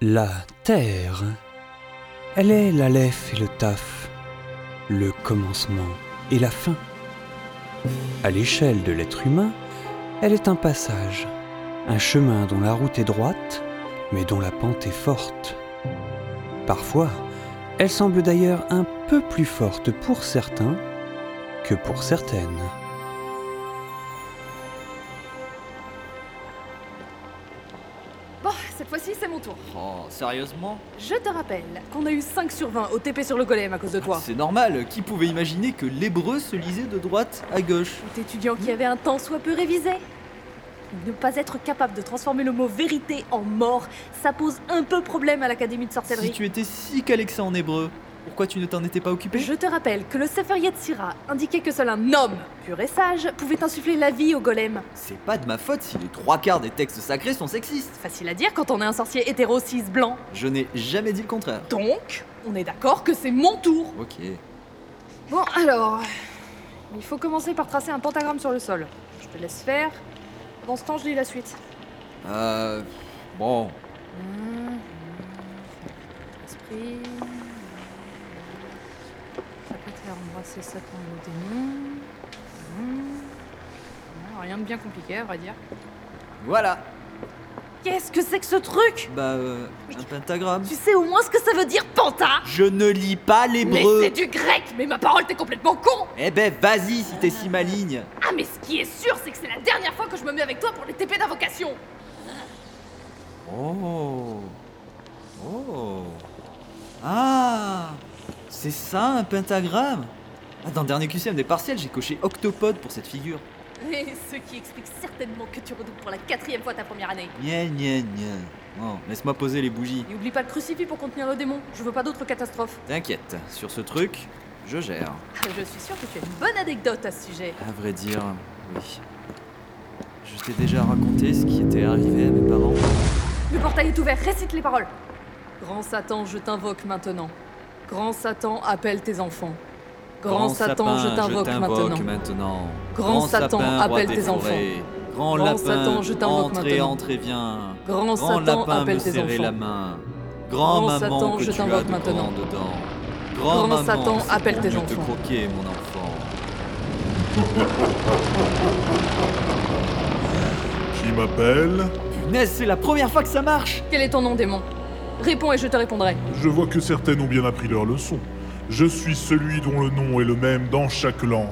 La terre, elle est l'Aleph et le Taf, le commencement et la fin. À l'échelle de l'être humain, elle est un passage, un chemin dont la route est droite, mais dont la pente est forte. Parfois, elle semble d'ailleurs un peu plus forte pour certains que pour certaines. Bon, cette fois-ci, c'est mon tour. Oh, sérieusement Je te rappelle qu'on a eu 5 sur 20 au TP sur le golem à cause de toi. C'est normal, qui pouvait imaginer que l'hébreu se lisait de droite à gauche Tout étudiant qui avait un temps soit peu révisé. Ne pas être capable de transformer le mot vérité en mort, ça pose un peu problème à l'Académie de Si sorcellerie. tu étais si calexé en hébreu, pourquoi tu ne t'en étais pas occupé Je te rappelle que le Sefer Yetzira indiquait que seul un homme, pur et sage, pouvait insuffler la vie au golem. C'est pas de ma faute si les trois quarts des textes sacrés sont sexistes. Facile à dire quand on est un sorcier hétéro cis blanc. Je n'ai jamais dit le contraire. Donc, on est d'accord que c'est mon tour. Ok. Bon, alors. Il faut commencer par tracer un pentagramme sur le sol. Je te laisse faire. Dans ce temps, je lis la suite. Euh. Bon. Esprit. Chapitre embrasser Satan le démon. Mmh. Rien de bien compliqué, à vrai dire. Voilà. Qu'est-ce que c'est que ce truc Bah, euh, un pentagramme. Tu sais au moins ce que ça veut dire penta Je ne lis pas Mais l'hébreu c'est du grec Mais ma parole, t'es complètement con Eh ben, vas-y si t'es si maligne Ah, mais ce qui est sûr, c'est que c'est la dernière fois que je me mets avec toi pour les TP d'invocation Oh. Oh. Ah. C'est ça un pentagramme ah, Dans le dernier QCM des partiels, j'ai coché octopode pour cette figure. Et ce qui explique certainement que tu redoubles pour la quatrième fois ta première année. Nya, nya, nya. Bon, laisse-moi poser les bougies. Et oublie pas le crucifix pour contenir le démon, je veux pas d'autres catastrophes. T'inquiète, sur ce truc, je gère. Je suis sûre que tu as une bonne anecdote à ce sujet. À vrai dire, oui. Je t'ai déjà raconté ce qui était arrivé à mes parents. Le portail est ouvert, récite les paroles. Grand Satan, je t'invoque maintenant. Grand Satan, appelle tes enfants. Grand, Satan, sapin, je t'invoque maintenant. Grand Satan, sapin, roi appelle des tes forêts. Grand, Grand lapin, Satan, je t'invoque entrez, maintenant. entrez, viens. Grand, Grand Satan, lapin, appelle me tes serrer enfants. la main. Grand, Grand maman, Satan, que je tu as t'invoque de maintenant. grand dedans. Grand, Grand maman, Satan, c'est appelle pour tes mieux te enfants. croquer, mon enfant. Qui m'appelle Punaise, c'est la première fois que ça marche Quel est ton nom, démon Réponds et je te répondrai. Je vois que certaines ont bien appris leur leçon. Je suis celui dont le nom est le même dans chaque langue.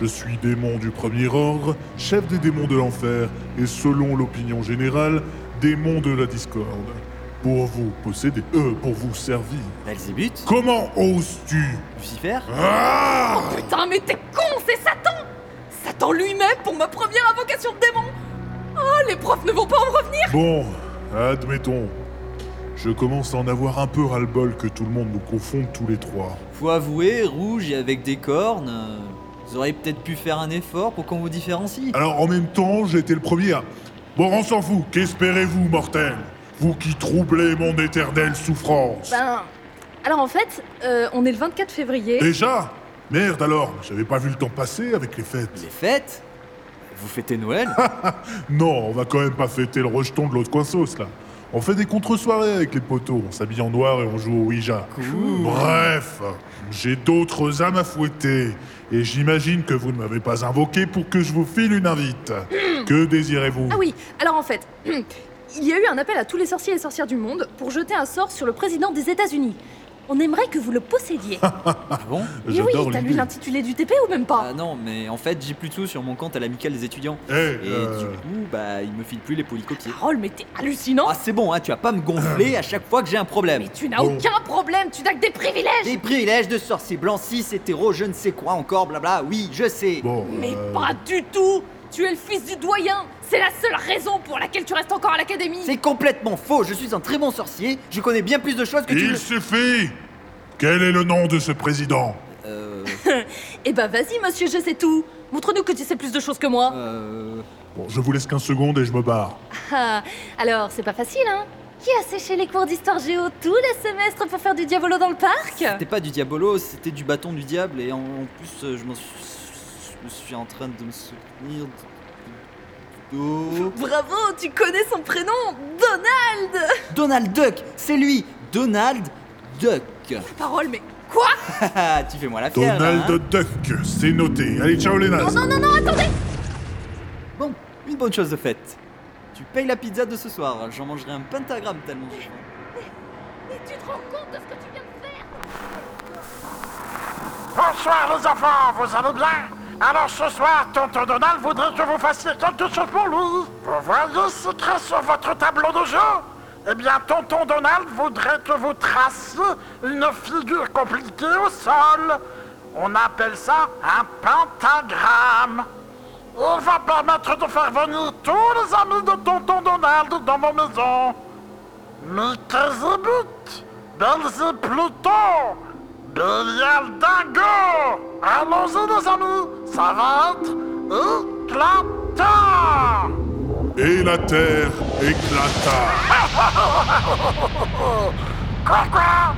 Je suis démon du premier ordre, chef des démons de l'enfer et selon l'opinion générale, démon de la discorde. Pour vous posséder, eux, pour vous servir. Belzébuth Comment oses-tu Lucifer Ah Putain, mais t'es con, c'est Satan Satan lui-même pour ma première invocation de démon Ah, les profs ne vont pas en revenir Bon, admettons. Je commence à en avoir un peu ras-le-bol que tout le monde nous confonde tous les trois. Faut avouer, rouge et avec des cornes, euh, vous auriez peut-être pu faire un effort pour qu'on vous différencie. Alors en même temps, j'étais le premier à... Bon, on s'en fout, qu'espérez-vous, mortel Vous qui troublez mon éternelle souffrance. Ben. Alors en fait, euh, on est le 24 février. Déjà Merde alors, j'avais pas vu le temps passer avec les fêtes. Les fêtes Vous fêtez Noël Ah. Non, on va quand même pas fêter le rejeton de l'autre coin sauce, là. On fait des contre-soirées avec les poteaux, on s'habille en noir et on joue au Ouija. Cool. Bref, j'ai d'autres âmes à fouetter, et j'imagine que vous ne m'avez pas invoqué pour que je vous file une invite. que désirez-vous Ah oui, alors en fait, il y a eu un appel à tous les sorciers et sorcières du monde pour jeter un sort sur le président des États-Unis. On aimerait que vous le possédiez. Ah bon Mais Eh oui, J'adore t'as lu l'idée. l'intitulé du TP ou même pas Ah non, mais en fait, j'ai plus de sous sur mon compte à l'amicale des étudiants. Eh, Et euh, du coup, bah, il me file plus les polycopiers. Parole, mais t'es hallucinant Ah c'est bon, hein, tu vas pas me gonfler à chaque fois que j'ai un problème. Mais tu n'as Bon. aucun problème, tu n'as que des privilèges Des privilèges de sorcier blanc, cis, hétéro, je ne sais quoi encore, blabla, oui, je sais. bon, Mais euh, pas du tout Tu es le fils du doyen C'est la seule raison pour laquelle tu restes encore à l'académie C'est complètement faux, je suis un très bon sorcier, je connais bien plus de choses que tu Il le... suffit Quel est le nom de ce président Euh... Eh ben vas-y, monsieur, je sais tout Montre-nous que tu sais plus de choses que moi euh... Bon, je vous laisse 15 secondes et je me barre. Ah, alors, c'est pas facile, hein Qui a séché les cours d'histoire géo tout le semestre pour faire du diabolo dans le parc C'était pas du diabolo, c'était du bâton du diable, et en, en plus, euh, je m'en suis... Je me suis en train de me souvenir de... de- Bravo, tu connais son prénom Donald de- Donald Duck C'est lui Donald Duck Parole, mais quoi Ah, tu fais moi la fière, là, hein. Donald Duck, c'est noté. Allez, ciao les nazes. Oh, Non, non, non, attendez Bon, une bonne chose de faite. Tu payes la pizza de ce soir, j'en mangerai un pentagramme tellement j'ai faim. Mais tu te rends compte de ce que tu viens de faire Bonsoir les enfants, vous allez bien Alors ce soir, tonton Donald voudrait que vous fassiez quelque chose pour lui. Vous voyez ce qu'il y a sur votre tableau de jeu Eh bien, tonton Donald voudrait que vous traciez une figure compliquée au sol. On appelle ça un pentagramme. Il va permettre de faire venir tous les amis de tonton Donald dans vos maisons. Mitazibut, Belzi Pluton, Bélial Dingo Allons-y les amis, ça va être éclatant Et la terre éclata. Quoi quoi